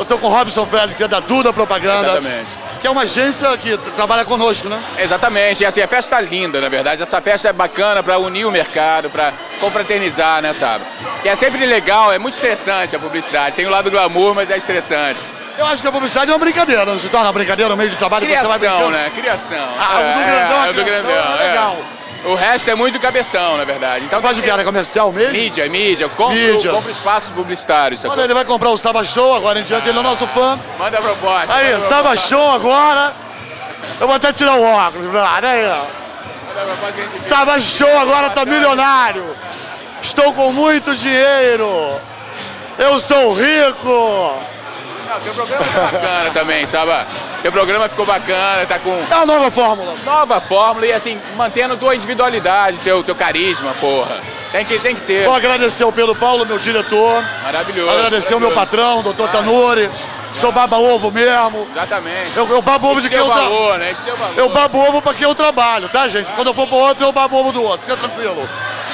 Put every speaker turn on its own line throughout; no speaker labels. estou com o Robson Félix, que é da Duda Propaganda.
Exatamente.
Que é uma agência que t- trabalha conosco, né?
Exatamente, e assim, a festa tá linda, na verdade. Essa festa é bacana para unir o mercado, para confraternizar, né, sabe? E é sempre legal, é muito estressante a publicidade. Tem o lado glamour, mas é estressante.
Eu acho que a publicidade é uma brincadeira, não se torna uma brincadeira, um meio de trabalho que você vai
Criação,
brincando.
né? Criação.
Ah, o do grandão,
é,
a
o do
criação,
grandão,
é legal.
O resto é muito cabeção, na verdade. Então
Faz o que era comercial mesmo?
Mídia, mídia. Eu compro,
Mídia.
compro espaço publicitário, sacou?
Olha, ele vai comprar o Saba Show agora em diante, ele é nosso fã.
Manda a proposta. manda
Aí,
a
Saba
proposta,
Show agora. Eu vou até tirar o óculos, brother. Aí, ó.
manda a proposta que a gente vê.
Saba Show agora tá milionário. Estou com muito dinheiro. Eu sou rico.
Não, teu programa tá bacana também, sabe? Teu programa ficou bacana, tá com
É uma nova fórmula.
nova fórmula e assim, mantendo tua individualidade, teu, teu carisma, porra. Tem que, tem que ter.
Vou agradecer ao Pedro Paulo, meu diretor.
Maravilhoso.
Agradecer ao meu
maravilhoso.
patrão, doutor Tanuri. Sou baba-ovo mesmo.
Exatamente.
Eu, eu babo ovo de quem
Deu
eu, tra...
valor, né? Isso deu valor.
eu babo ovo pra quem eu trabalho, tá, gente? Quando eu for pro outro, eu babo ovo do outro. Fica tranquilo.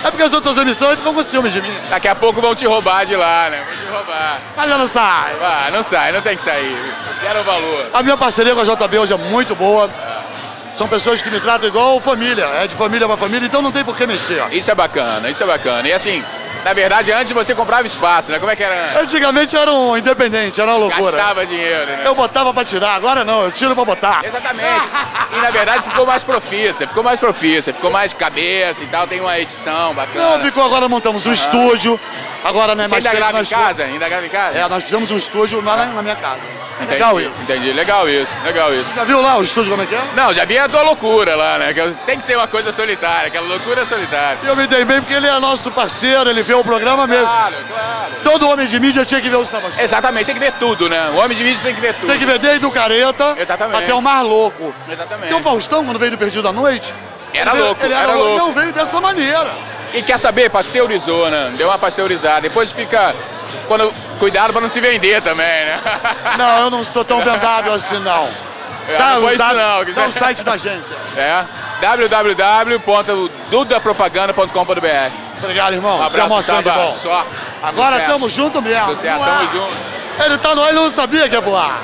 É porque as outras emissões ficam com ciúmes de mim.
Daqui a pouco vão te roubar de lá, né? Vão te roubar.
Mas eu não sai.
Ah, não sai, não tem que sair. Quero o valor.
A minha parceria com a JB hoje é muito boa. São pessoas que me tratam igual família. É de família pra família, então não tem por que mexer.
Isso é bacana, isso é bacana. E assim, na verdade, antes você comprava espaço, né? Como é que era antes?
Antigamente eu era um independente, era uma loucura.
Gastava dinheiro, né?
Eu botava pra tirar, agora não, eu tiro pra botar.
Exatamente. E na verdade ficou mais profissa, ficou mais profissa, ficou mais cabeça e tal, tem uma edição
Não,
bacana.
ficou agora, montamos um estúdio. Agora não é
Você
mais
ainda
feito
grava em
nas
casa? Ainda grava em casa?
É, nós fizemos um estúdio lá na, na minha casa.
Entendi,
Legal isso.
Entendi, legal isso, legal isso.
Já viu lá o estúdio como é que é?
Não, já vinha a tua loucura lá, né? Que Tem que ser uma coisa solitária, aquela loucura solitária.
E eu me dei bem porque ele é nosso parceiro, ele vê o programa mesmo.
Claro, claro.
Todo homem de mídia tinha que ver o Samba Show.
Exatamente, tem que ver tudo, né? O homem de vídeo tem que ver tudo.
Tem que ver desde o Careta
Exatamente.
até o Mar Louco.
Exatamente.
Porque o Faustão, quando veio do Perdido à Noite...
Era
ele veio-
louco,
ele era,
era
louco.
louco.
Não, veio dessa maneira.
E quer saber? Pasteurizou, né? Deu uma pasteurizada. Depois fica. Quando... Cuidado pra não se vender também, né?
Não, eu não sou tão vendável assim, não. Tá,
É, não foi isso, não.
Dá o um site da agência.
É. www.dudapropaganda.com.br
Obrigado, irmão.
Um
Dá uma
abraço,
ação Tá de
Saba.
bom.
Sorte.
Agora
Sucesso.
estamos junto mesmo. é?
Sucesso,
Vamos lá.
tamo junto.
Ele tá no ar, ele não sabia que ia voar.